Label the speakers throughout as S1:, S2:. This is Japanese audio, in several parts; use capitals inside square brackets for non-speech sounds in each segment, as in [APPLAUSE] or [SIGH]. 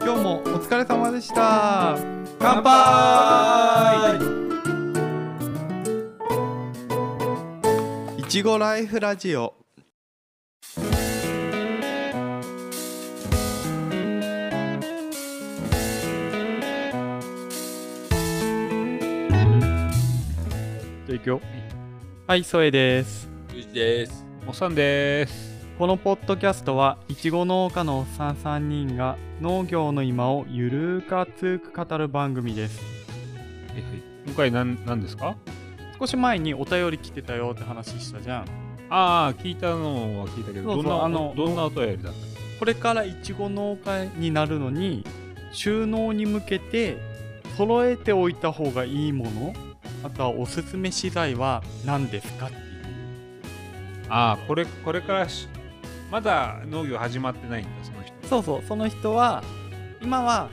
S1: 今日もお疲れ様でした乾杯いちごライフラジオ
S2: じゃあ行くよ。
S1: はいソエです
S3: ゆうじです。
S2: おっさんでーす。
S1: このポッドキャストはいちご農家のおっさん3人が農業の今をゆるーかつーく語る番組です
S2: 今回なんなんですか
S1: 少し前にお便り来てたよって話したじゃん
S2: ああ、聞いたのは聞いたけど、
S1: そうそう
S2: どんな
S1: あの
S2: どんなお便りだったっ
S1: これからいちご農家になるのに収納に向けて揃えておいた方がいいものあとはおすすめ資材は何ですかっていう
S2: けああ、これこれからし、まだ農業始まってないんだ、その人。
S1: そうそうその人は今は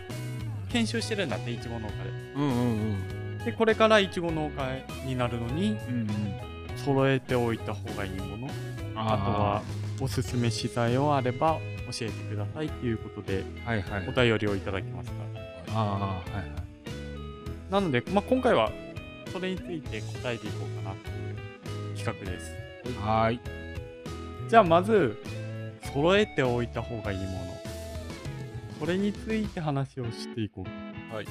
S1: 研修してるんだっていちご農家
S2: うんうんうん。
S1: ででこれからいちご農家になるのに
S2: うんうん、
S1: 揃えておいた方がいいものあとは
S2: あ
S1: おすすめ資材をあれば教えてくださいっていうことで
S2: とは、はいはい。
S1: お便りをいただきました
S2: ああ、はいはい。
S1: なので、まあ、今回はそれについて答えていこうかなっていう企画です。
S2: はーい。
S1: じゃあまず、揃えておいた方がいいもの。それについて話をしていこう。
S3: はい。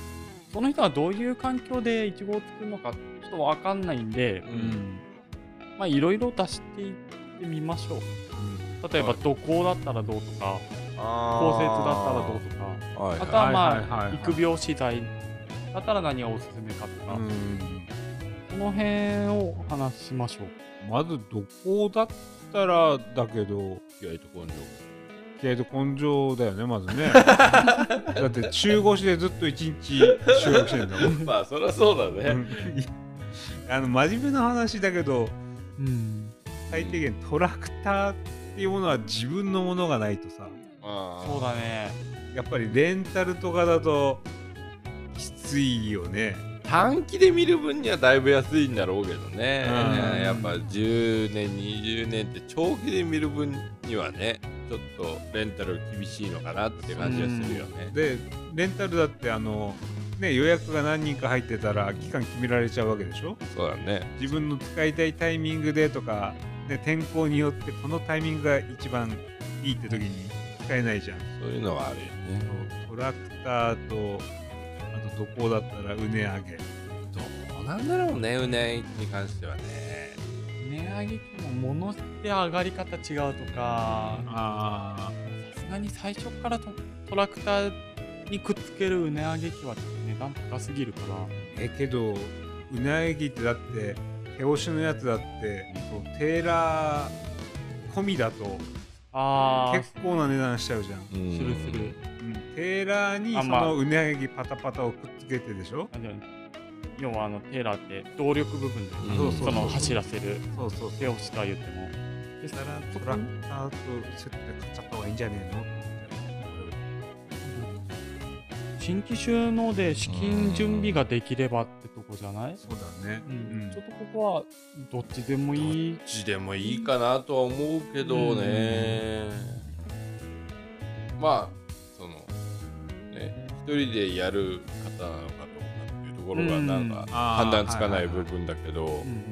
S1: その人はどういう環境でイチゴを作るのかちょっとわかんないんで、
S3: う。
S2: うんん。
S1: まあいろいろ足していってみましょう。例えば
S3: はい
S1: 土耕だったらどうとか、降雪だっ
S3: 降
S1: たらどうとか、
S3: と。はい
S1: あと
S3: は
S1: は
S2: はいはい
S1: ま
S2: はい
S1: あ
S2: はい
S1: 育苗資材だったら何がおすすめかとか、
S2: うん
S1: この辺をお話ししましょう。
S2: まず、どこだったらだけど、
S3: い。意外と根性。
S2: 気合と根性だよね、まず [LAUGHS] ね。だって、中腰でずっと一日収録してるんだも
S3: [LAUGHS]
S2: ん。
S3: まあそりゃそうだね。
S2: あの真面目な話だけど
S1: うん。
S2: 最低限トラクターっていうものは自分のものがないとさ
S1: そうだね。
S2: やっぱりレンタルとかだときついよね
S3: 短期で見る分にはだいぶ安いんだろうけどね。
S2: うん
S3: やっぱ10年20年って長期で見る分にはね、ちょっとレンタル厳しいのかなって感じがするよね。
S2: でレンタルだってあの、ね、予約が何人か入ってたら期間決められちゃうわけでしょ
S3: そうだね。
S2: 自分の使いたいタイミングでとか、ね、天候によってこのタイミングが一番いいって時に使えないじゃん
S3: そういうのはあるよね。
S2: トラクターとあとどこだったらうね上げ
S3: どうなんだろうね、うねに関してはね。
S1: 値上げ期も物って上がり方違うとか
S2: ああ
S1: さすがに最初からトトラクターにくっつける値上げ期は値段高すぎるから
S2: えけどうなぎってだって手押しのやつだって、そうテーラー込みだと
S1: あー
S2: 結構な値段しちゃうじゃん、
S3: す
S1: するする
S2: うんテーラーに
S1: あ
S2: そ
S1: まあ
S2: のうなぎパタパタをくっつけてでしょ
S1: なんだろう要はあのテーラーって動力部分で、
S3: うん
S2: そうそうそう
S1: その走らせる
S2: そうそう
S1: 手をした言っても
S2: そしたらトラクターとセットで買っちゃった方がいいんじゃねえ
S1: 新規収納で資金準備ができればってとこじゃない、
S2: のそうだね
S1: う
S2: うん
S1: ん、ちょっとここはどっちでもいい
S3: どっちでもいいかなとは思うけどね、まあそのね一人でやる方なのかどうかっていうところが
S1: うん
S3: なんか
S2: あー
S3: 判断つかない
S2: は
S3: 部
S2: はは
S3: 分だけど、
S1: うん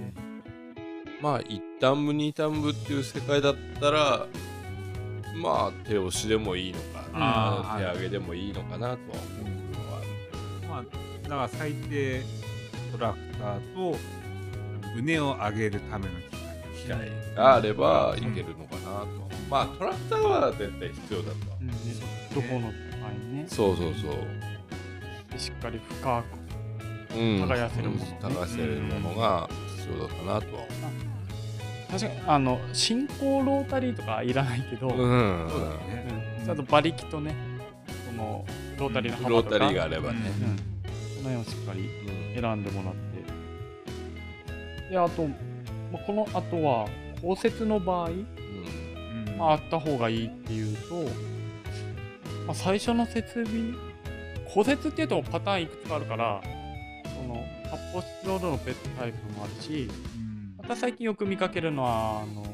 S3: まあ一旦部二段部っていう世界だったらまあ手押しでもいいのか
S2: あー
S3: 手
S2: はい
S3: 上げでもいいのかなとは思うのはある
S2: まあだから最低トラクターとうねを上げるための機械
S3: 機会があればいけるのかなとは思う、まあトラクターは絶対必要だとは
S1: うん、どこの場合ね
S3: そうそうそう
S1: しっかり深く
S3: うん
S1: 耕せるものね
S3: 耕せるものが必要だかなとは
S1: 確かにあの進行ロータリーとかはいらないけど、
S3: 思う、
S1: うん
S3: ん
S2: そうだよね
S1: ちゃんと馬力とねこのロータリーの
S3: ロ
S1: 幅と
S3: ー
S1: か、
S3: タリーがあればね、
S1: うん、この辺をしっかり
S3: うん
S1: 選んでもらってであと、まあ、このあとは降雪の場合、
S2: うん
S1: まあ、あった方がいいっていうと、まあ、最初の設備降雪っていうとパターンいくつかあるからその発泡スチロールのペットタイプもあるし
S2: うん
S1: また最近よく見かけるのはあのなん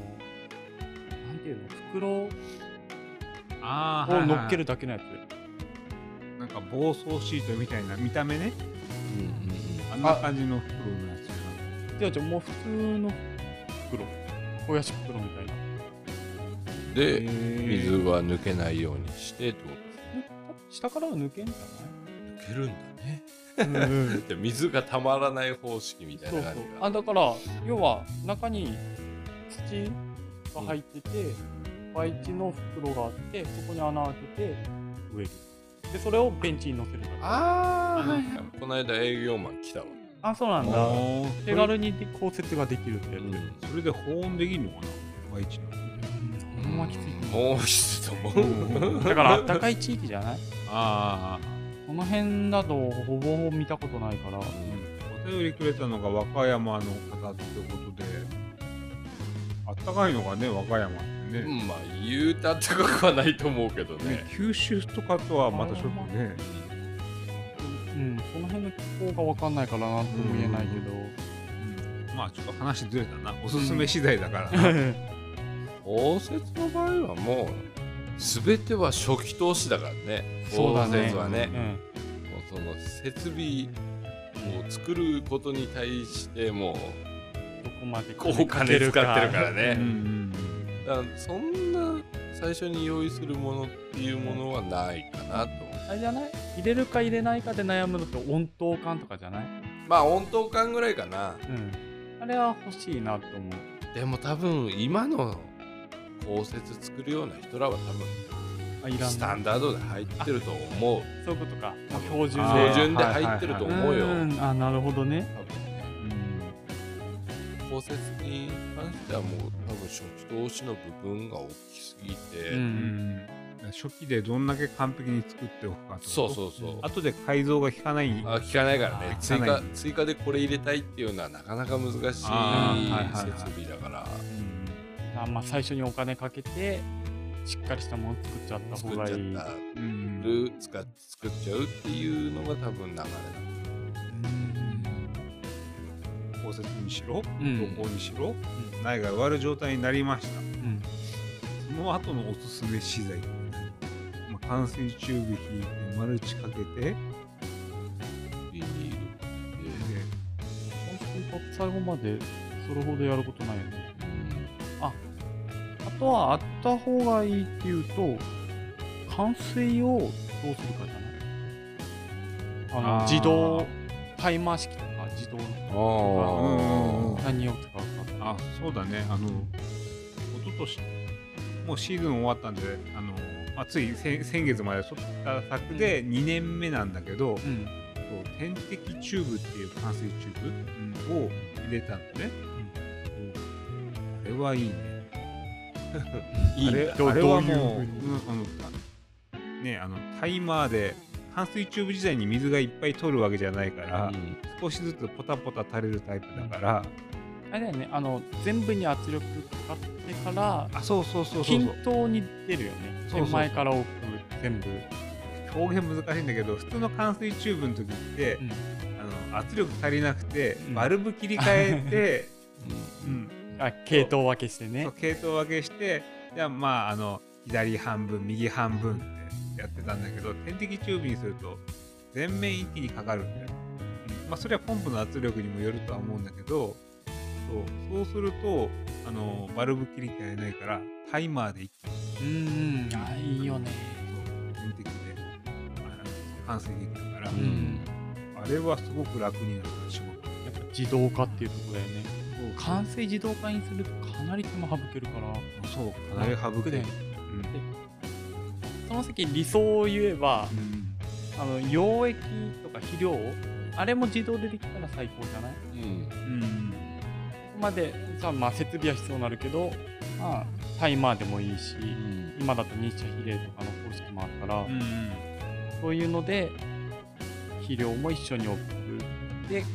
S1: ていうの袋を
S2: あーはいはい
S1: 乗っけるだけのやつ、
S2: なんか暴走シートみたいな見た目ね
S3: うんうん
S2: あんな感じの袋のやつじゃ
S1: じゃあじゃあもう普通の袋小屋し袋みたいな
S3: うん
S2: な
S3: で、水
S2: 水
S3: は抜けないようにしてってことですね。
S1: 下からは抜けんじ
S3: 抜けるんだね。
S1: ゃない、うん、
S3: [LAUGHS] で水がたまらない方式みたい
S1: そうそ
S3: な
S1: う
S3: 感じ
S1: あ
S3: が。
S1: だから要は中に土が入ってて培地の袋があってそこに穴開けて植えるでそれをベンチに乗せるだけ
S3: あ
S2: ーはい
S3: い。この間営業マン来たわ。
S1: あそうなんだ手軽にで降雪ができるってやつ、
S2: それで保温できるのかな毎日の
S1: ほんまきついと思
S3: もう一つと思う。
S1: うだからあったかい地域じゃない
S2: [LAUGHS] ああ
S1: この辺だとほぼほぼ見たことないから
S2: お便りくれたのが和歌山の方ってことであったかいのがね和歌山ってね,
S3: う
S2: ね、
S3: んまあ言うたったかくはないと思うけどね。
S2: 九州とかとはまたちょっとね
S1: うんこの辺の気候が分かんないからなんとも言えないけど、
S2: うんまあちょっと話ずれたなおすすめ次第だからな、
S3: 応接の場合はもう全ては初期投資だからね。
S1: そうだね
S3: 応接はね
S1: う。ん
S3: もうその設備を作ることに対しても
S1: どこまで
S3: うお金使ってるから
S2: [LAUGHS] うんう
S3: ね、
S2: ん
S3: だからそんな最初に用意するものっていうものはないかなと
S1: あれじゃない入れるか入れないかで悩むのって温湯感とかじゃない
S3: まあ温当感ぐらいかな
S1: うんあれは欲しいなと思う
S3: でも多分今の公設作るような人ら
S1: あ
S3: は
S1: い
S3: 多分
S1: ら
S3: ス
S1: ん
S3: タ
S1: な
S3: ンダードで入ってると思う
S1: そういうことかもう標準
S2: あ
S3: 標
S2: ー
S1: で
S3: 準で入ってると思うよ、
S1: んあなるほどね
S3: 多分ね公設に関してはもう多分初期投資の部分が大きすぎて、
S1: う
S2: うんん初期でどんだけ完璧に作っておくかってこと
S3: そうそうそう
S2: 後で改造が効かない
S3: あ聞かないからね
S2: あ
S3: 追
S2: 聞かな
S3: 加
S2: い
S3: 追加でこれ入れたいっていうのはなかなか難しい設
S2: あーはいはいはい
S3: 備だから
S2: うん
S1: あまあ最初にお金かけてしっかりしたもの作っちゃった
S3: 作
S1: 方
S3: っ
S1: がい
S3: ち
S1: い
S3: ゃった
S2: うん
S3: る使っ作っちゃうっていうのが多分流れだ
S2: 公設にしろ
S1: うん
S2: 旅行にしろ、苗が終わる状態になりました
S1: うん
S2: その後のおすすめ資材、まあ、完成チューブ引いてマルチかけてで
S3: ビニールで
S1: 本当に最後までそれほどやることないよねあとはあった方がいいっていうと冠水をどうするかじゃないあの
S2: あー
S1: 自動タイマー式とか自動
S2: うん
S3: ああ
S1: 何を使うか
S2: あそうだねあの一昨年もうシーズン終わったんであの、まあ、つい先先月まで取った作で2年目なんだけど、
S1: うん
S2: そう点滴チューブっていう完成チューブを入れたのね、そうあれはいいね
S3: いい
S2: あ
S3: ん
S2: れ
S3: だ
S1: どう
S2: あれは
S1: どういう
S2: もう
S1: 風に
S2: うんあのねあのタイマーで淡水チューブ自体に水がいっぱい取るわけじゃないから、
S3: うん
S2: 少しずつポタポタ垂れるタイプだから、
S1: あれだよねあの全部に圧力かかってから
S2: あそうそうそうそう
S1: 均
S2: そう
S1: 等に出るよね
S2: そうそうそう
S1: 手前から奥全部、
S2: 表現難しいんだけど普通の淡水チューブの時って、
S1: うん
S2: あの圧力足りなくて、
S1: うん
S2: バルブ切り替えて、 [LAUGHS] うん
S1: あ系統分けしてね
S2: そう系統分けしてじゃあまああの左半分右半分ってやってたんだけど点滴チューブにすると全面一気にかかるんだよ、うんまあ、それはポンプの圧力にもよるとは思うんだけどそうそうするとあのバルブ切り替えないからタイマーで一気に
S1: うんうんあいいよね
S2: そう点滴であの完成できるから、
S3: うん
S2: あれはすごく楽になった仕事
S1: やっぱ自動化っていうところだよね完成自動化にするとかなり手間省けるから
S2: そうかなり省く
S1: で
S2: ねうん
S1: その先理想を言えば
S2: うん
S1: あの溶液とか肥料あれも自動でできたら最高じゃないこ
S3: うん
S2: うん
S1: こまでじゃあまあ設備は必要になるけど、まあ、タイマーでもいいし
S3: うん
S1: 今だと日射比例とかの方式もあるから、
S2: うん
S1: そういうので肥料も一緒に送るで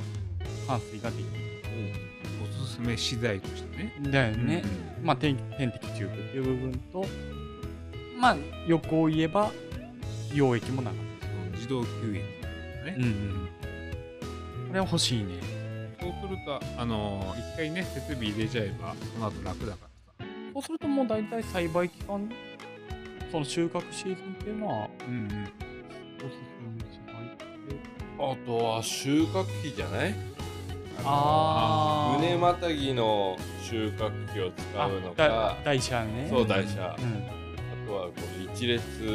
S1: 完成ができ
S2: おすすめ資材としてね
S1: るんだよね、
S2: うん
S1: まあ、天天敵チューブっていう部分とまあ横を言えば溶液もなかっ
S2: 自動吸引
S1: たね、これは欲しいね
S2: そうするとあのー一回ね設備入れちゃえばその後楽だからさ
S1: そうするともう大体栽培期間その収穫シーズンっていうのは
S2: うんうん
S1: おすすめしない
S3: あとは収穫期じゃない
S1: あー
S3: 胸またぎの収穫期を使うの
S1: だ
S3: か
S1: 台車ね
S3: そう台車あ
S1: う
S3: とはこの一列
S1: ん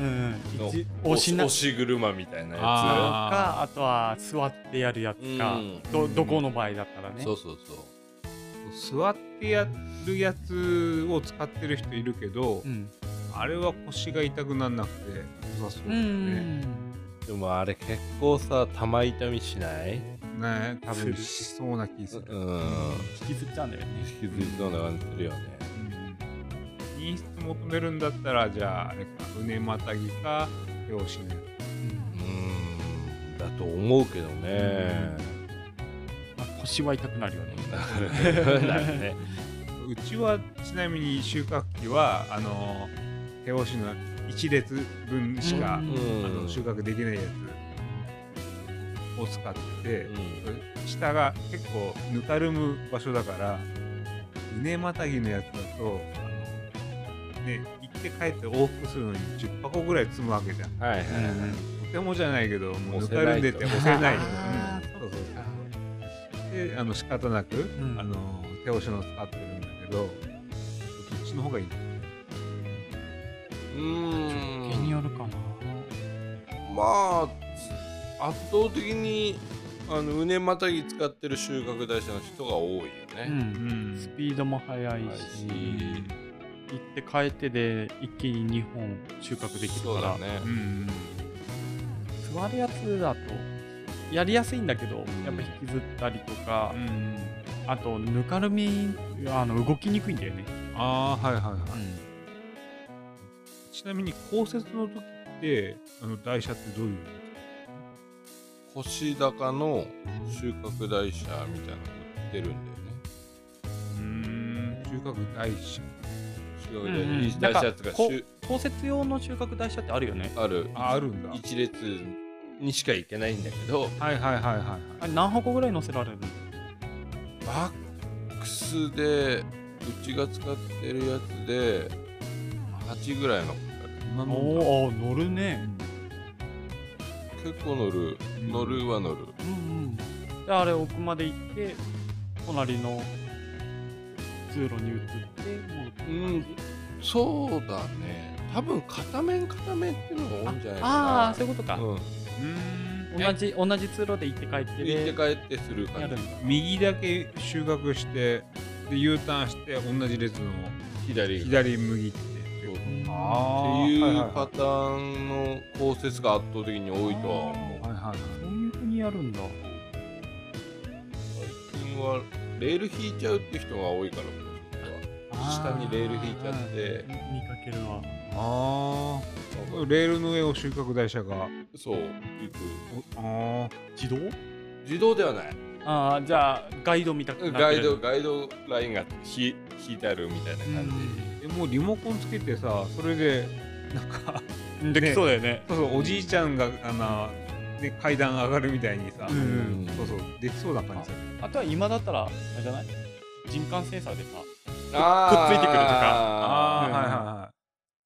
S1: うんうん一
S3: の
S1: 押
S3: 押
S1: し
S3: し
S1: な
S3: 押し車みたいなや
S2: あ
S1: かあとは座ってやるやつか、
S3: うん
S1: どどこの場合だったら
S3: つ、
S1: ね
S3: そうそうそう
S2: 座ってやるやつを使ってる人いるけど、
S1: うん
S2: あれは腰が痛くなんなくて良さそ
S1: う
S2: うですね。
S1: ん
S3: でもあれ結構さ玉痛みしない
S2: ね多分
S1: する
S2: しそうな気す
S3: う
S2: る。
S3: ん
S1: 引きずっちゃうんだよね
S3: 引きずりそうな感じするよね
S2: うん品質求めるんだったらじゃああれか胸またぎか両親のや
S3: うんだと思うけどね
S1: まあ、腰は痛くなるよね
S3: なるね
S2: つうちはちなみに収穫期はあの手押しの1列分しか、
S1: うん
S2: あの収穫できないやつを使って、下が結構ぬかるむ場所だから胸またぎのやつだとあのね行って帰って往復するのに10箱ぐらい積むわけじゃん
S3: はい
S1: う
S3: はい
S1: ん
S2: とてもじゃないけどもうぬ
S3: 押せ
S2: か
S3: ない
S2: るんでて押せないよ、
S1: [LAUGHS] あー
S2: うんそうそうそうであの仕方なく、
S1: ん
S2: あの手押しの使ってるんだけどこっちの方がいい
S3: うん
S1: 気によるかな
S3: まあ圧倒的にあの畝またぎ使ってる収穫台車の人が多いよ
S1: う
S3: ね。
S1: んスピードも速い
S3: はい
S1: し行って帰ってで一気に2本収穫でき
S3: そ
S1: る
S3: う
S1: から
S3: だ、ね
S2: う。ん
S1: 座るやつだとやりやすいんだけど、
S3: ん
S1: やっぱ引きずったりとか
S2: う、ん
S1: あとぬかるみあの動きにくいんだよね、
S2: ああはいはいはい、ちなみに降雪の時ってあの台車ってどういう
S3: 腰高の収穫台車みたいなの売ってるんだよね。
S2: うん収穫台
S3: 収
S2: 車
S1: うん
S3: 穫
S1: なん
S3: 台車、台
S1: か
S3: 車とか
S1: こ
S3: 収
S1: 降雪用の収穫台車ってあるよね
S3: ある
S2: ああるんだ
S3: 一列にしか行けないんだけど、
S2: はいはいはいはいはい
S1: あれ何箱ぐらい乗せられるの
S3: バックスでうちが使ってるやつで8ぐらいの
S2: そんなもんだ
S1: おーあー乗るね
S3: 結構乗る乗るは乗る。
S1: うんうんであれ奥まで行って隣の通路に移って戻ってくる感じ
S3: そうだね多分片面片面っていうのが多いんじゃないかな
S1: ああそういうことか、
S3: うん、
S2: うん
S1: 同じ同じ通路で行って帰ってで
S3: 行って帰ってする
S1: や
S3: 感
S1: る
S3: じ
S1: んだ
S2: 右だけ収穫してで U ターンして同じ列の
S3: 左って
S2: 左麦って
S3: そう
S2: あ
S3: い
S2: はいうはい
S3: パターンの降雪が圧倒的に多いとは思う
S2: はいはいはい
S1: そういうふうにやるんだ
S3: 最近はレール引いちゃうって人が多いから下にレール引いちゃって
S1: あー見かけるわ
S2: あ
S3: な
S2: あ
S3: んか
S2: レールの上を収穫台車が
S3: そう行く
S2: ああ
S1: 自動
S3: 自動ではない
S1: ああじゃあガイドみたくな
S3: ガイドガイドラインが引引いてあるみたいな感
S2: でもうリモコンつけてさそれでなんか
S1: うん [LAUGHS] できそうだよね
S2: そうそうおじいちゃんがあので階段上がるみたいにさ、
S1: うん
S2: そうそうできそうな感じだね
S1: あとは今だったらあれじゃない人感センサーでさ
S3: じ、あー
S1: くっついてくると
S2: ああ、
S1: うん
S2: はいはいはい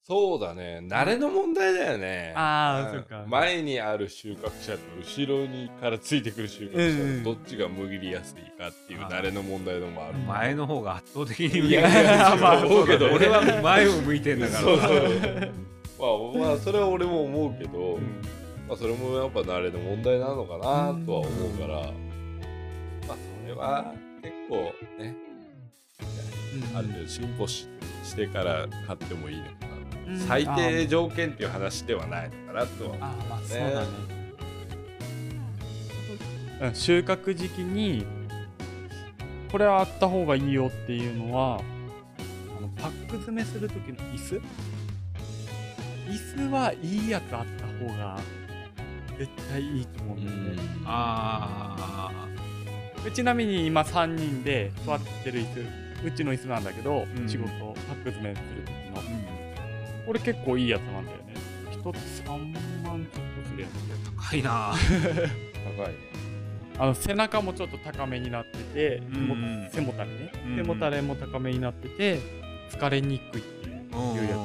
S3: そうだね慣れの問題だよね
S1: あ
S3: うん前にある収穫者と後ろにからついてくる収
S1: うん
S3: 穫
S1: うん
S3: 者とどっちがむぎりやすいかっていう
S2: あー
S3: 慣れの問題でもある
S1: うん
S2: 前の方が圧倒的に
S3: い
S2: 見え
S3: や
S2: る
S3: いやいや
S1: まあ
S3: 思うけど
S2: 俺
S3: 俺は
S2: は前を向いてんだから
S3: そうそうまあ、まあ、それは俺も思うけど、
S2: ん
S3: まあ、それもやっぱ慣れの問題なのかなとは思うから、まあそれは結構ねある程度進歩ししてから買ってもいいのかな、
S1: うん
S3: 最低条件っていう話ではないのかなとは思う
S1: あーまあそうだね、うん収穫時期にこれはあった方がいいよっていうのはあのパック詰めする時の椅子椅子はいいやつあった方が絶対いいと思うんだよね、
S2: ああ
S1: うちなみに今3人で座ってる椅子うちの椅子なんだけど、
S2: うん
S1: 仕事パック詰めする時の
S2: うん
S1: これ結構いいやつなんだよね1つ3万ちょっとするやつ
S2: 高いな
S3: 高いね
S1: あの背中もちょっと高めになってて、
S2: うんうん
S1: 背もたれね、
S2: うんうん
S1: 背もたれも高めになってて疲れにくいっていうや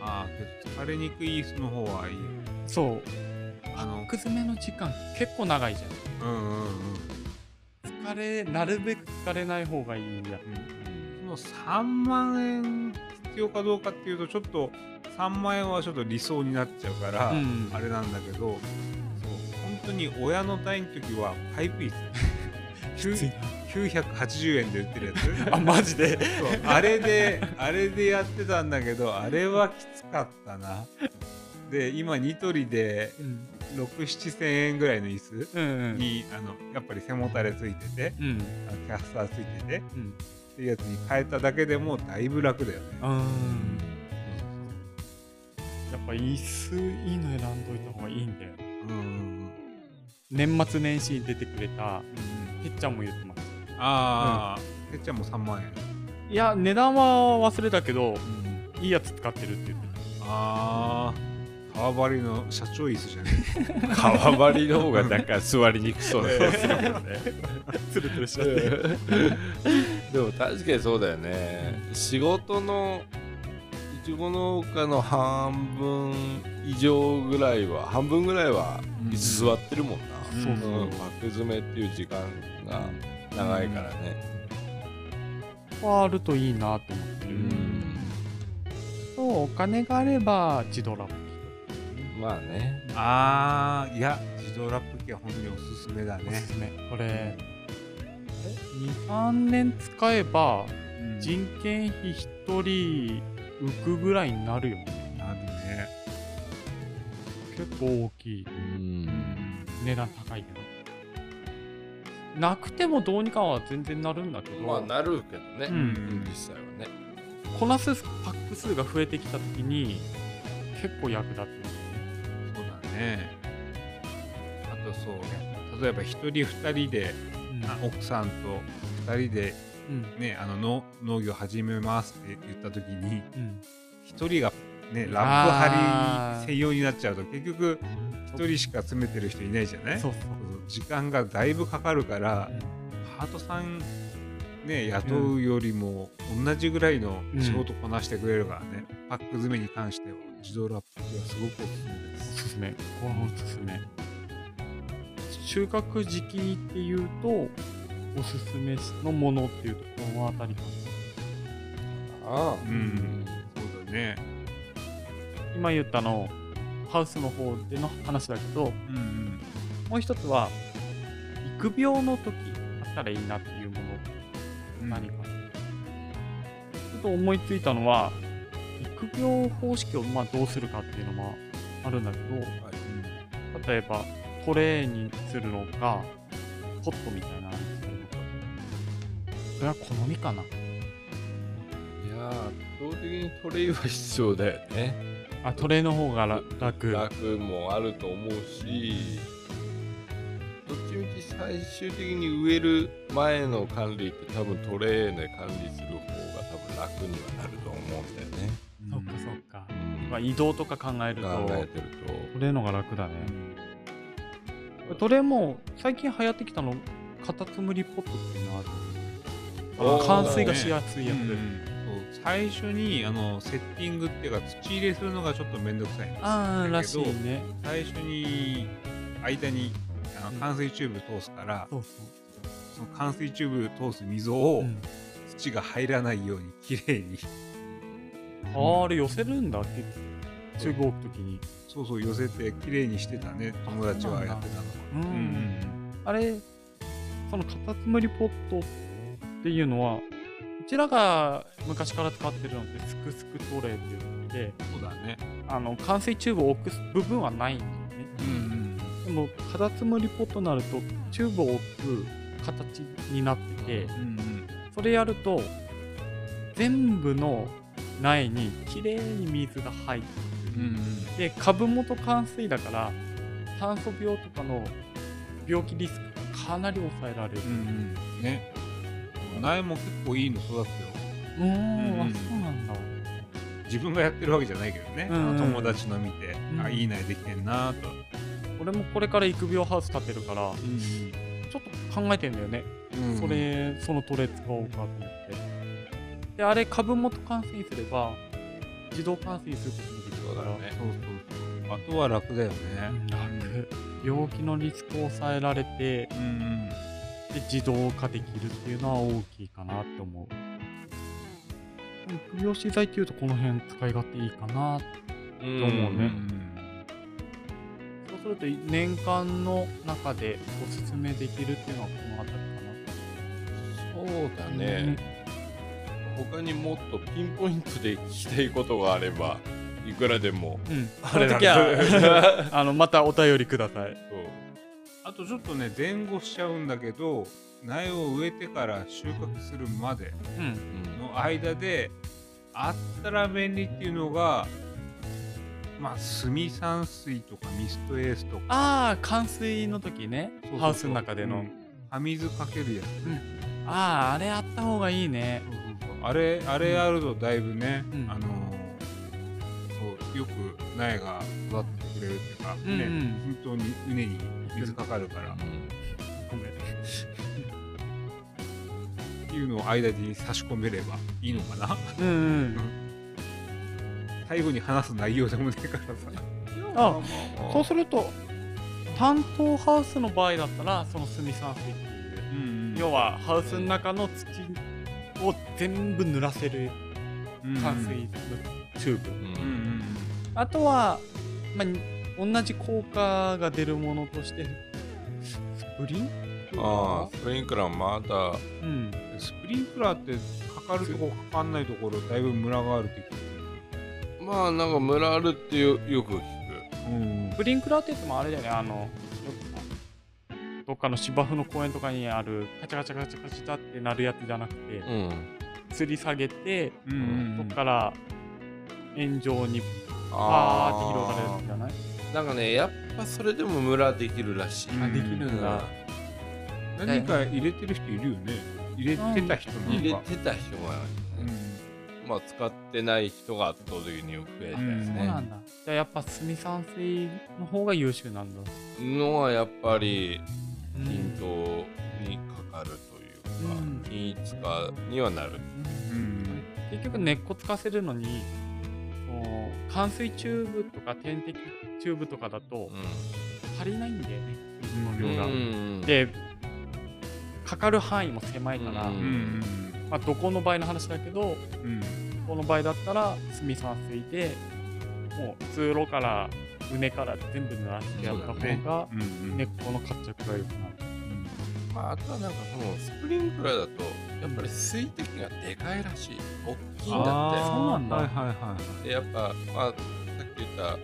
S2: ああけど疲垂れにくい椅子の方はいいよ。
S1: そう
S2: あの、
S1: 靴詰めの時間結構長いじ
S2: うんうんうん。
S1: ゃん疲れなるべく疲れない方がいいんや
S2: その3万円必要かどうかっていうと、ちょっと3万円はちょっと理想になっちゃうから、
S1: うん
S2: あれなんだけど、そう、本当に親の代の時はパイプ椅 [LAUGHS] 子。980円で売って [LAUGHS] るやつ
S1: あマジ [LAUGHS] で
S2: そうあれであれでやってたんだけどあれはきつかったなで今ニトリで
S1: うん
S2: 67000円ぐらいの椅
S1: うん
S2: 子にあのやっぱり背もたれついてて
S1: うん
S2: あのキャスターついててっ
S1: うん
S2: ていうやつに変えただけでもうだいぶ楽だよね
S1: うんやっぱ椅子いいの選んどいた方がいいんだよ
S2: うん
S1: 年末年始に出てくれたてっちゃんも言ってます
S2: ああ、てっちゃんも3万円
S1: いや値段は忘れたけどいいやつ使ってるって言ってた
S2: ああ川張りの社長椅子じゃね
S3: 川張りの方がなんか座りにくそうな気が [LAUGHS] するけどね。
S1: つるつるしちゃって
S3: うんでも確かにそうだよね仕事のいちご農家の半分以上ぐらいは半分ぐらいは [LAUGHS] 椅子座ってるもんな、
S2: うん
S1: そう
S3: う
S1: そ
S3: ん
S1: う
S3: うん、枠詰めっていう時間が長いからね
S1: はあるといいなと思ってる、そうお金があれば自動ラップ
S3: まあね
S2: ああいや自動ラップ機は本当におすすめだ
S1: お
S2: ね
S1: すすめ、これ23年使えば人件費1人浮くぐらいになるよね
S2: あるね
S1: 結構大きい値段高いけどなくてもどうにかは全然なるんだけど、
S3: まあなるけどね、
S1: うん
S3: 実際はね
S1: こなすパック数が増えてきた時に結構役立ってますね
S2: そうだねあとそう例えば1人2人であ奥さんと2人で、
S1: うん
S2: ね、あのの農業始めますって言った時に
S1: うん
S2: 1人が、ね、ラップ
S1: あー
S2: 張り専用になっちゃうと結局1人しか詰めてる人いないじゃない
S1: そうそう
S2: そう時間がだいぶかかるから、パートさん、ね、雇うよりも同じぐらいの仕事こなしてくれるからね、パック詰めに関しては自動ラップ機はすごくおすすめで
S1: お
S2: す。
S1: すすめこれもおすすめ収穫時期っていうとおすすめのものっていうとこのあたりかな
S3: ああ
S2: うんそうだね。
S1: 今言ったのハウスの方での話だけど
S2: うんうん。
S1: もう一つは育苗の時あったらいいなっていうもの
S2: うん
S1: 何か、ちょっと思いついたのは育業方式をまあどうするかっていうのもあるんだけど例えばトレーにするのかポットみたいなのにするのかそれは好みかない
S3: やー圧倒的にトレイは必要だよね
S1: あトレーの方がら楽
S3: 楽もあると思うしどっちみち最終的に植える前の管理って多分トレーで管理する方が多分楽にはなると思うんだよね。
S1: そっかそっか
S3: う、
S1: まあ、移動とか考えると
S3: 考
S1: ト
S3: えてると。
S1: レーのが楽だねトレーも最近流行ってきたのカタツムリポットっていうのある
S3: おー
S1: 冠水がしやすいやつ、
S2: うんうんそう最初にあのセッティングっていうか土入れするのがちょっとめんどくさいんです
S1: ああ
S2: だ
S1: ら
S2: け
S1: しい
S2: ど
S1: ね
S2: 最初に間にあの冠水チューブ通すから、
S1: そうそう
S2: その冠水チューブ通す溝を、
S1: うん
S2: 土が入らないようにきれいに
S1: あーあれ寄せるんだって中国置く時に
S2: そうそう寄せてきれいにしてたね友達はやってたの
S1: うん
S2: うん
S1: あれそのカタツムリポットっていうのはうちらが昔から使ってるのってすくすくトレーっていうので
S2: そうだね
S1: あの冠水チューブを置く部分はないんだよね
S2: うん
S1: でもカタツムリポットになるとチューブを置く形になってて
S2: うんうん
S1: それやると全部の苗にきれいに水が入って
S2: うんうん
S1: で株元冠水だから炭素病とかの病気リスクがかなり抑えられる
S2: うんうんね苗も結構いいの育つよ
S1: うーん
S2: うん
S1: あそうなんだ
S2: 自分がやってるわけじゃないけどね、
S1: うん
S2: あの友達の見て、
S1: ん
S2: あいい苗できてんなと、
S1: 俺もこれから育苗ハウス建てるからちょっと考えてんだよね、
S2: うん
S1: それそのトレ使おうかと思ってであれ株元冠水すれば自動冠水することもできる
S3: だからね。
S2: そうそうあとは楽だよね。
S1: 楽病気のリスクを抑えられて
S2: うんうん。
S1: で自動化できるっていうのは大きいかなって思う不病死剤っていうとこの辺使い勝手いいかな
S3: う
S1: と思うね
S2: ん
S1: そうすると年間の中でおすすめできるっていうのはこの辺り
S3: そうだ
S1: かな
S3: ね。他にもっとピンポイントで聞きたいことがあれば、いくらでも。
S1: うん、うん、
S3: あ
S1: その時は [LAUGHS]
S3: [LAUGHS]
S1: あのまたお便りください
S2: あとちょっとね前後しちゃうんだけど苗を植えてから収穫するまで
S1: うん
S2: の間であったら便利っていうのがまあ炭酸水とかミストエースとか
S1: ああ冠水の時ね
S2: そうそうそう
S1: ハウスの中での、
S2: うん葉水かけるやつ
S1: あああれあった方がいいね
S2: あれあれやるとだいぶね、
S1: うん
S2: あのそうよく苗が育ってくれるっていうか、
S1: うん
S2: ね
S1: うん
S2: 本当に畝に水かかるから
S1: ごめん
S2: っていうのを間に差し込めればいいのか
S1: [LAUGHS]
S2: な
S1: うんうん
S2: 最後に話す内容でもねえからさ
S1: あそう
S3: そ
S1: すると担当ハウスの場合だったらその炭酸水っていう要はハウスの中の土を全部濡らせる冠水のチューブ、
S3: うん。
S2: うんうん
S1: あとは、まあに、同じ効果が出るものとしてスプリン
S3: ああ、スプリンクラーまだ。
S1: うん
S2: うんスプリンクラーってかかるとこかかんないところだいぶムラがあるって聞
S3: まあ、なんかムラあるってよよく聞く。
S2: く、うん
S1: スプリンクラーって言ってもあれだよねあのよくどっかの芝生の公園とかにあるカチャカチャカチャカチャってなるやつじゃなくて、
S3: うん。
S1: 吊り下げて
S2: うんうんう
S1: そ
S2: ん
S1: こから炎上にパーって広がれるんじゃない
S3: なんかね、やっぱそれでもムラできるらしい。
S2: あできる
S1: んだ
S2: 何か入れてる人いるよね入れてた人なんか、
S3: 入れてた人が、まあ、使ってない人が圧倒的に増えたです
S1: そう
S3: ね。
S1: なんだじゃあやっぱ炭酸水の方が優秀なんだ
S3: のはやっぱり
S1: うん
S3: 均等にかかるというか、
S1: うん
S3: 均一化にはなる。
S2: うんうん
S1: 結局根っこつかせるのにこう冠水チューブとか点滴チューブとかだと足りないんだよね水の
S3: うん
S1: 量が、
S3: うん
S1: でかかる範囲も狭いから、
S3: うん
S1: まあ、どこの場合の話だけど
S2: うん
S1: この場合だったら炭酸水でもう通路から畝から全部濡らしてやった方
S3: そうだね
S1: が
S2: うんうん
S1: 根っこの活着が良くなる。
S3: まあ、あとはなんかそのスプリンクラーだとやっぱり水滴がでかいらしい大きいんだ
S1: あーそうなんだ
S2: はいはいはいはい
S3: ってでやっぱ、まあ、さっき言った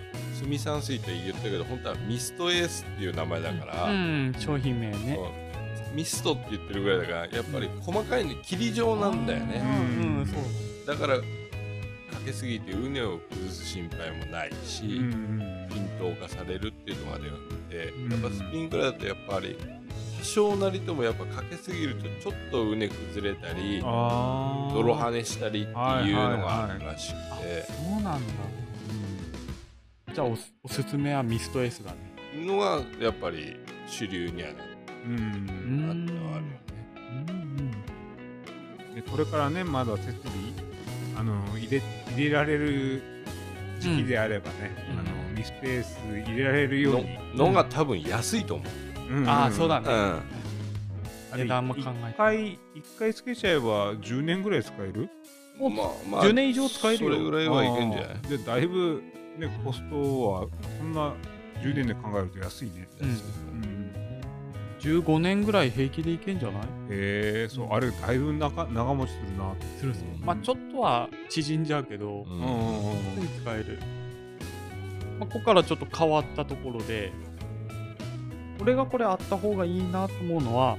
S3: 炭酸水って言ったけど本当はミストエースっていう名前だから、
S1: うん、商品名ね
S3: そ。うミストって言ってるぐらいだからやっぱり細かいね霧状なんだよね、
S1: う、
S2: うんん
S1: うん、そう。
S3: だからかけすぎて畝を崩す心配もないし、均等化されるっていうのがでかくて、
S2: うん
S3: やっぱスピンクラーだとやっぱり多少なりともやっぱかけすぎるとちょっとうね崩れたり
S2: あー
S3: 泥跳ねしたりっていうのがあるらしく
S1: あ
S3: て、
S1: そうなんだ。じゃあおす、おすすめはミストエースだね。
S3: のがやっぱり主流にはなって
S2: うんうん
S3: はあるよね。
S1: うん
S2: でこれからねまだ設備あの入れ入れられる時期であればね、
S1: うん
S2: あのミスペース入れられるように、
S3: ののが多分安いと思う。
S2: うんうん
S1: ああ、そうだね。
S2: あれ
S1: 値段も考え
S2: 一
S1: て。
S2: 回一回つけちゃえば10年ぐらい使える
S1: お
S3: まあま
S1: 10年以上使えるよ
S3: それぐらいはいけんじゃない
S2: あーでだいぶ、ね、コストはそんな10年で考えると安いね、
S1: うん
S3: 安い
S2: うん、
S1: 15年ぐらい平気でいけんじゃない
S2: へえそう、あれだいぶ長長持ちするなって
S1: するす
S3: る
S1: まあ、ちょっとは縮んじゃうけど、
S3: うん
S1: すぐ使える。まあ、ここからちょっと変わったところで、俺がこれあった方がいいなと思うのは、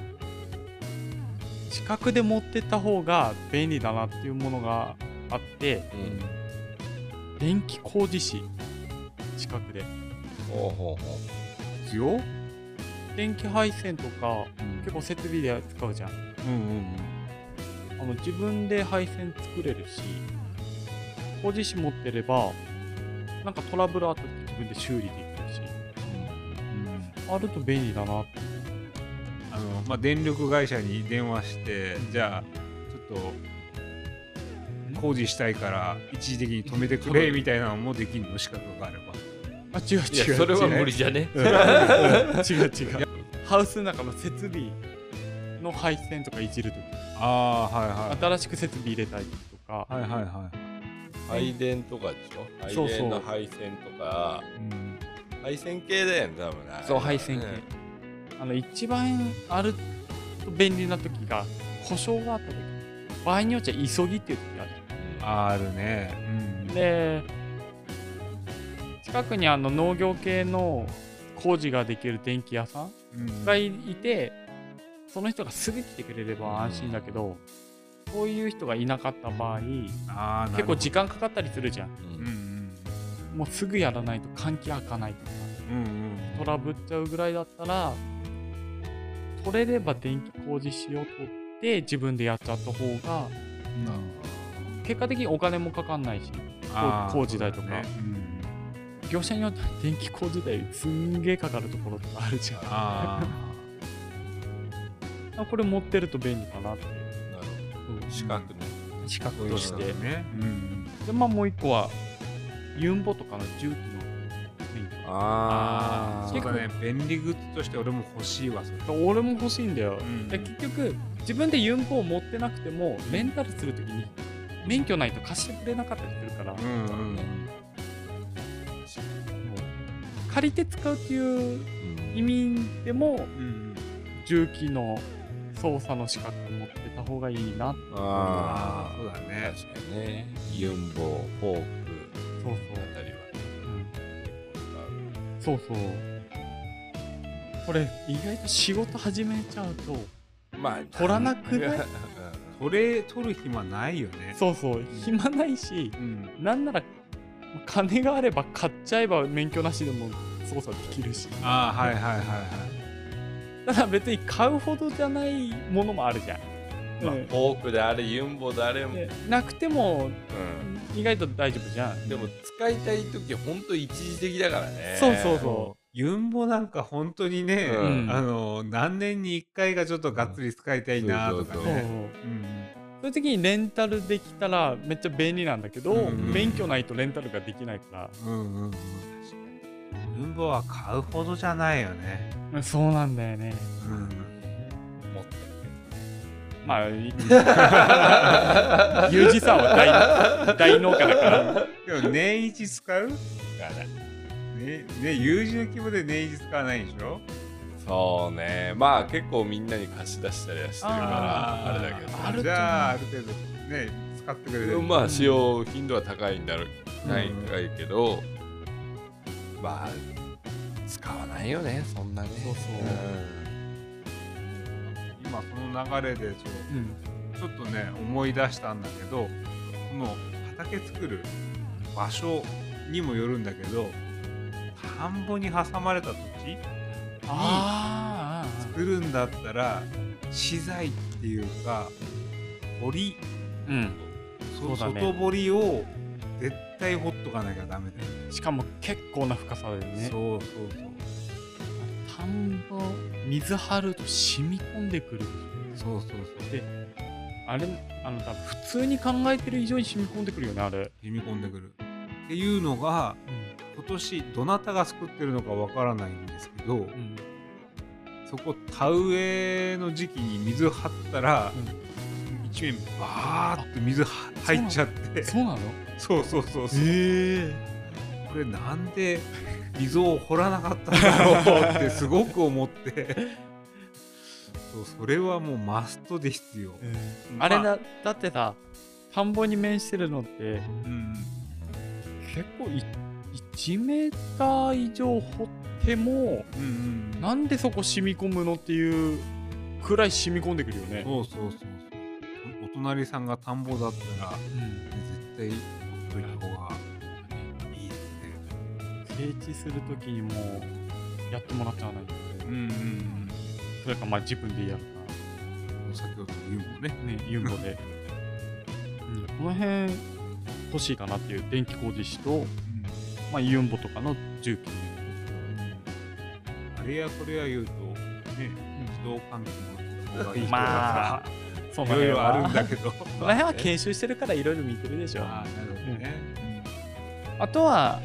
S1: 近くで持ってった方が便利だなっていうものがあって、
S3: うん
S1: 電気工事士近くで
S3: ほうほうほ
S2: ですよ、
S1: 電気配線とか
S2: うん
S1: 結構設備で使うじゃん
S2: うんうん
S1: あの自分で配線作れるし工事士持ってればなんかトラブルあった時自分で修理できるし
S2: うんうん
S1: あると便利だなって
S2: あのまあ、電力会社に電話して、じゃあちょっ工事したいから一時的に止めてくれみたいなのもできるの資格があれば。
S1: あ違う
S4: い
S1: 違う
S4: やそれは無理じゃね
S1: 違
S4: [LAUGHS]
S1: う違う違うハウスの中の設備の配線とかいじると
S2: ああは
S1: か新しく設備入れたりとか
S2: いはいはいはいは
S3: 配電とかでしょ配
S1: そうそう
S3: 電の配線とか
S2: い。うん
S3: 配線系だよね多分な
S1: そう配線系あの一番あると便利な時が故障があった時場合によっちゃ急ぎっていう時ある
S2: あるね。うん
S1: で近くにあの農業系の工事ができる電気屋さん
S2: うん
S1: がいてその人がすぐ来てくれれば安心だけどそういう人がいなかった場合
S2: ああなる
S1: 結
S2: ほ
S1: 構
S2: ど
S1: 時間かかったりするじゃん
S2: うん
S1: もうすぐやらないと換気開かないとか
S2: うんうんうん
S1: トラブっちゃうぐらいだったら取れれば電気工事しようと思って自分でやっちゃった方が
S2: うん
S1: 結果的にお金もかかんないし
S2: あー
S1: 工事代とか
S2: そうだねうん
S1: 業者によっては電気工事代すんげえかかるところとかあるじゃん
S2: あ
S1: あこれ持ってると便利かなって
S3: なるほど資格ね
S1: 資格
S2: あ
S1: として
S2: そうだねうん
S1: でまあもう一個はユンボとかの重機の免許
S3: あ
S2: そうだね便利グッズとして俺も欲しいわそれ
S1: 俺も欲しいんだよ、
S2: ん
S1: で結局自分でユンボを持ってなくてもレンタルするときに免許ないと貸してくれなかったりするから、
S2: うんうん
S1: 借りて使うっていう意味でも
S2: うん
S1: 重機の操作の資格持ってた方がいいな
S2: ああ
S3: あ
S2: そうだ
S3: あ
S2: ね
S3: 確かにねユンボフォ
S1: そ
S3: ー
S1: う
S3: クあたりは
S1: そう、うん、そうそうこれ意外と仕事始めちゃうと
S3: まあ
S1: 取らなくない
S2: 取れ取る暇ないよね
S1: そうそう暇ないし
S2: うん
S1: なんなら金があれば買っちゃえば免許なしでも操作できるし
S2: ああはいはいはいはい
S1: ただ別に買うほどじゃないものもあるじゃん、
S3: まあフォークであれユンボであれも
S1: でなくても
S3: うん
S1: 意外と大丈夫じゃん
S3: でも使いたい時ほんと一時的だからね
S1: そうそうそ
S2: ユンボなんか本当にね、
S3: うん
S2: あの何年に1回がちょっとがっつり使いたいなとか
S1: うそう
S2: ね
S1: そう
S2: うん
S1: そういう時にレンタルできたらめっちゃ便利なんだけど、
S2: うんうん
S1: 免許ないとレンタルができないか
S2: うんうんうんユンボは買うほどじゃないよね
S1: らそうなんだよね
S2: うん
S3: 持って
S1: まあいいユージさんは大 [LAUGHS] 大農家だから
S2: でも年一使う
S3: るから
S2: ね、ね、友人の規模で年一使わないんでしょ
S3: そうねまあ結構みんなに貸し出したりはしてるから
S1: あ
S3: あれだけど
S1: あると
S2: じゃあ、ある程度、ね、使ってくれる。
S3: まあ使用頻度は高いんだろう、ない高いけどまあ使わないよねそんなね
S1: そうそう
S2: 今、その流れでちょ
S1: うん
S2: ちょっとね、思い出したんだけど、この畑作る場所にもよるんだけど、田んぼに挟まれた土地
S1: あ
S2: 作るんだったら、資材っていうか、堀、
S1: あうん
S2: そ
S1: そうだね
S2: 外堀を絶対掘っとかなきゃダメだよ
S1: しかも結構な深さだよ
S2: ね。
S1: ね
S2: そうそうそう。
S1: 田んぼ水張ると染み込んでくる
S2: そうそうそう。
S1: あれあの多分普通に考えてる以上に染み込んでくるよねあれ、
S2: 染み込んでくる。っていうのが、今年どなたが作ってるのかわからないんですけど
S1: うん
S2: そこ田植えの時期に水張ったら、一面バーって水は入っちゃって
S1: そうなの
S2: そうそうそうそう
S1: ええ
S2: これなんで溝を掘らなかったんだろうってすごく思ってそうそれはもうマストで必要、
S1: あれ
S2: ま
S1: だだってさ田んぼに面してるのって
S2: うん
S1: 結構い1メーター以上掘っても
S2: うんうんうん
S1: なんでそこ染み込むのっていうくらい染み込んでくるよね、
S2: そうそうそうそうお隣さんが田んぼだったら
S1: うん
S2: 絶対掘っといた方がいいって
S1: 整地する時にもうやってもらっちゃわないと
S2: うんうんうん
S1: それかまあ自分でやるか
S2: 先ほどのユンボね。 [LAUGHS]
S1: ね、ユンボで、うん、この辺欲しいかなっていう電気工事士と、まあ、ユンボとかの重機
S2: [LAUGHS] あれやこれや言うと、ね、自動換気もあった方がいいとかさ、
S1: まあそ
S2: い
S1: の
S2: ろい
S1: 辺
S2: ろあるんだ
S1: は。
S2: け [LAUGHS] ど。
S1: その辺は研修してるからいろいろ見てるでしょ。
S2: ああ、なるほどね。
S1: あとは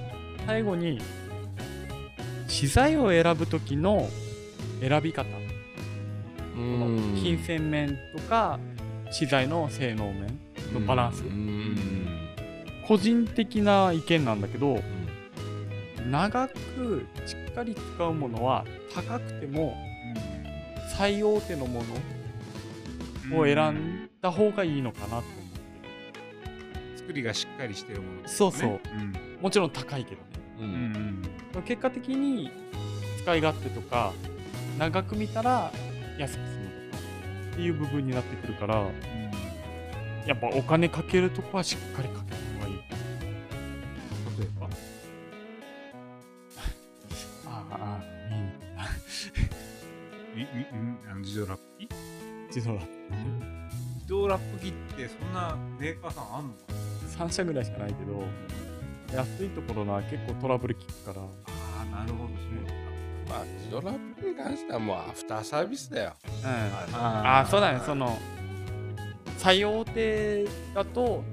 S1: 最後に資材を選ぶ時の選び方金銭面とか資材の性能面のバランス
S3: うん
S1: 個人的な意見なんだけど長くしっかり使うものは高くても最大手のも
S2: う
S1: のを選んだ方がいいのかなと思
S2: 作りがしっかりしてるもの、ね。
S1: そうそう
S2: うん。
S1: うもちろん高いけどね
S3: う
S2: うんん。
S1: 結果的に使い勝手とか長く見たら安く済むとかっていう部分になってくるからやっぱお金かけるとこはしっかりかけた方がいい
S2: 例えば。
S1: ああああいいね
S2: みみうんあの自動ラップ機
S1: 自動ラッ
S2: 自動ラップ機ってそんなメーカーさんあんのかな
S1: プ3社ぐらいしかないけど安いところなら結構トラブル聞くから
S2: ああ、なるほどね。
S3: まあ自動ラップに関してはもうアフターサービスだよ
S1: うんあ
S2: あ
S1: あそうだねその採用手だと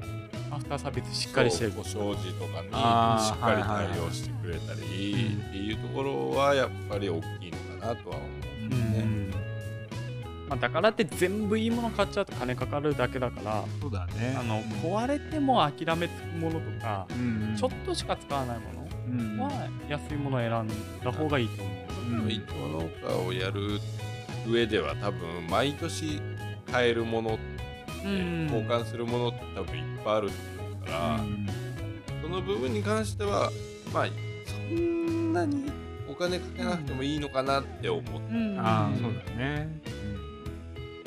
S1: アフターサービスしっかりしてる
S3: そうお障子とかにしっ
S2: あー
S3: かり対応してくれたりっていうところはやっぱり大きいのかなとは思
S1: う
S3: うんね
S1: まあ、だからって全部いいもの買っちゃうと金かかるだけだから
S2: そうだね。
S1: あの
S2: うん
S1: 壊れても諦めつくものとか
S2: うん、
S1: ちょっとしか使わないもの
S2: うん
S1: は安いものを選んだ方がいいと思う。
S2: うん
S3: 伊藤農家をやる上では多分毎年買えるもの
S1: うん
S3: 交換するものって多分いっぱいあると思うから、
S2: うん
S3: その部分に関してはまあそんなにお金かけなくてもいいのかなって思って、
S1: うん
S2: ああ、そうだね。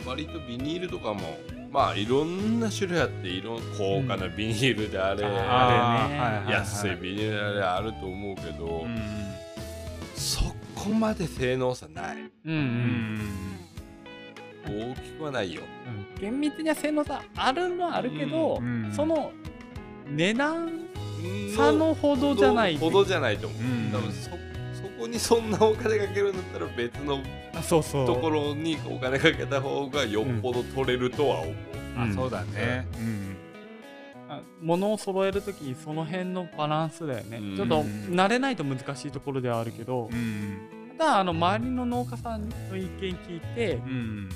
S3: 割とビニールとかもまあいろんな種類あっていろん高価なビニールであれ、
S1: うん
S3: あ
S1: あれね
S3: れ安いビニールであれあると思うけど、
S2: うん
S3: そこまで性能差ない
S1: うん
S2: うん
S3: 大きくはないよ
S1: うん、厳密には性能差あるのはあるけど、
S2: うんうん
S1: その値段差
S3: の
S1: のほどじゃない
S3: ほどじゃないと思う、
S2: うん
S3: 多分そそこにそんなお金かけるんだったら別の
S1: あそうそう
S3: ところにお金かけた方がよっぽど取れるとは思う、
S2: うんあそうだね。うん
S1: あ物を揃えるときその辺のバランスだよね、
S3: うん
S1: ちょっと慣れないと難しいところではあるけど、
S2: うん
S1: ただあの周りの農家さんの意見聞いて
S2: うん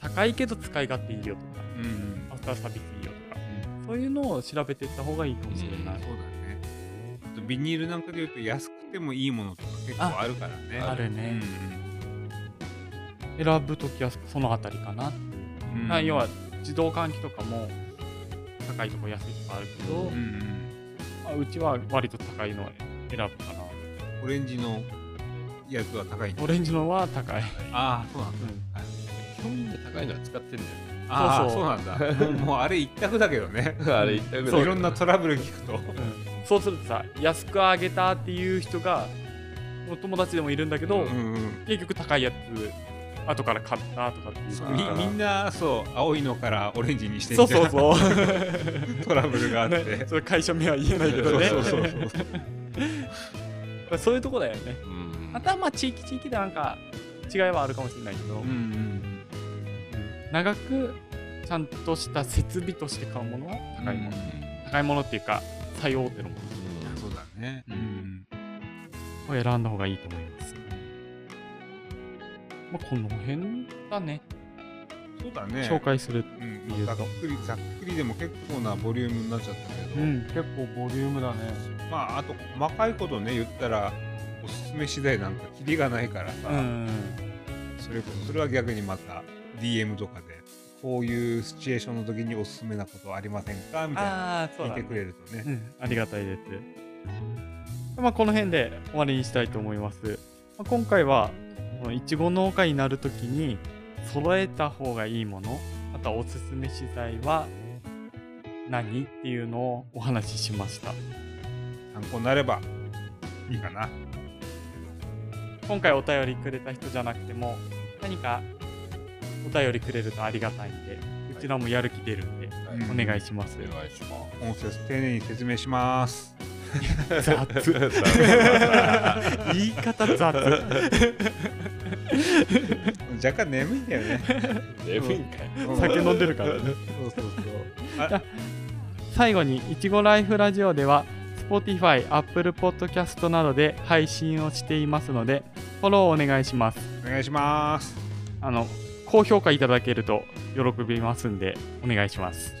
S1: 高いけど使い勝手いいよとか
S2: うん
S1: アフターサービスいいよとかそういうのを調べていった方がいいかもしれ
S2: そうだ
S1: ない、
S2: ね。あとビニールなんかで言うと安くてもいいものとか結構あるからね。
S1: あるね、選ぶときはそのあたりかな、
S2: うん
S1: まあ要は自動換気とかも高いとこ安いとこあるけど、
S2: う
S1: うん
S2: うん
S1: まあ、うちは割と高いのを選ぶか
S2: オレンジのやつは高いんだ
S1: なオレンジのは高い、
S2: ああ、そうなんだ。
S3: 基本みんな高いのは使ってんだよ
S2: ああ、
S1: そう
S2: そうなんだ。もうもうあれ一択だけどね。
S3: あれ言ったぐ
S2: い
S3: らい
S2: ろんなトラブル聞くと。
S1: うんそうするとさ安くあげたっていう人がお友達でもいるんだけど、
S3: うん
S2: うんうん
S1: 結局高いやつ後から買ったとかっていう
S2: そう
S1: の
S2: み
S1: が
S2: みんなそう青いのからオレンジにして
S1: そう
S2: みたい
S1: そ
S2: な
S1: うそう
S2: トラブル [LAUGHS] があって、
S1: [LAUGHS] ねそれ会社名は言えないけどね
S2: そうそう
S1: [LAUGHS]
S2: そうそう
S1: そういうとこだよね
S3: うん
S1: またまあ地域地域でなんか違いはあるかもしれないけど、
S2: うんうん
S1: 長くちゃんとした設備として買うものは高いもの、高いものっていうか最大手のも
S2: うんそうだねうん
S1: のを選んだ方がいいと思います、まあ、この辺だね
S2: そうだね
S1: 紹、介する
S2: うん
S1: 言う
S2: ざ
S1: と
S2: っくりざっくりでも結構なボリュームになっちゃったけど、
S1: ん結構ボリュームだね
S2: まああと細かいことね言ったらおすすめ次第なんかキリがないからさ、
S1: うん
S2: それこそそれは逆にまた DM とかでこういうシチュエーションの時におすすめなことありませんかみたいな
S1: ああそう
S2: 聞い
S1: だ、
S2: て
S1: ね
S2: くれるとね
S1: うん、ありがたいですまあこの辺で終わりにしたいと思います、まあ、今回はこのいちご農家になるときに揃えた方がいいものまたおすすめ資材は何っていうのをお話ししました
S2: 参考になればいいかな
S1: 今回お便りくれた人じゃなくても何かお便りくれるとありがたいんでうちらもやる気出るんで
S3: はい
S2: うん
S1: お願いし
S3: [LAUGHS]
S1: ます、
S3: お願いしま
S2: 音声丁寧に説明します
S1: [LAUGHS] 雑言い方雑
S2: 若干眠いんだよね。
S3: レフィンかい。
S2: う
S1: [LAUGHS]
S2: ん
S1: 酒飲んでるからね
S2: [LAUGHS] そうそうそう。
S1: 最後にいちごライフラジオでは Spotify、Apple Podcast などで配信をしていますのでフォローお願いします
S2: お願いします。
S1: あの高評価いただけると喜びますんでお願いします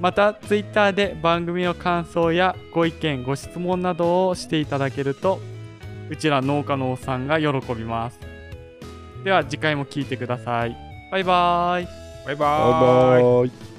S1: また Twitter で番組の感想やご意見ご質問などをしていただけるとうちら農家のおっさんが喜びますでは次回も聞いてくださいバイバーイ
S2: バイバーイ。
S3: イ。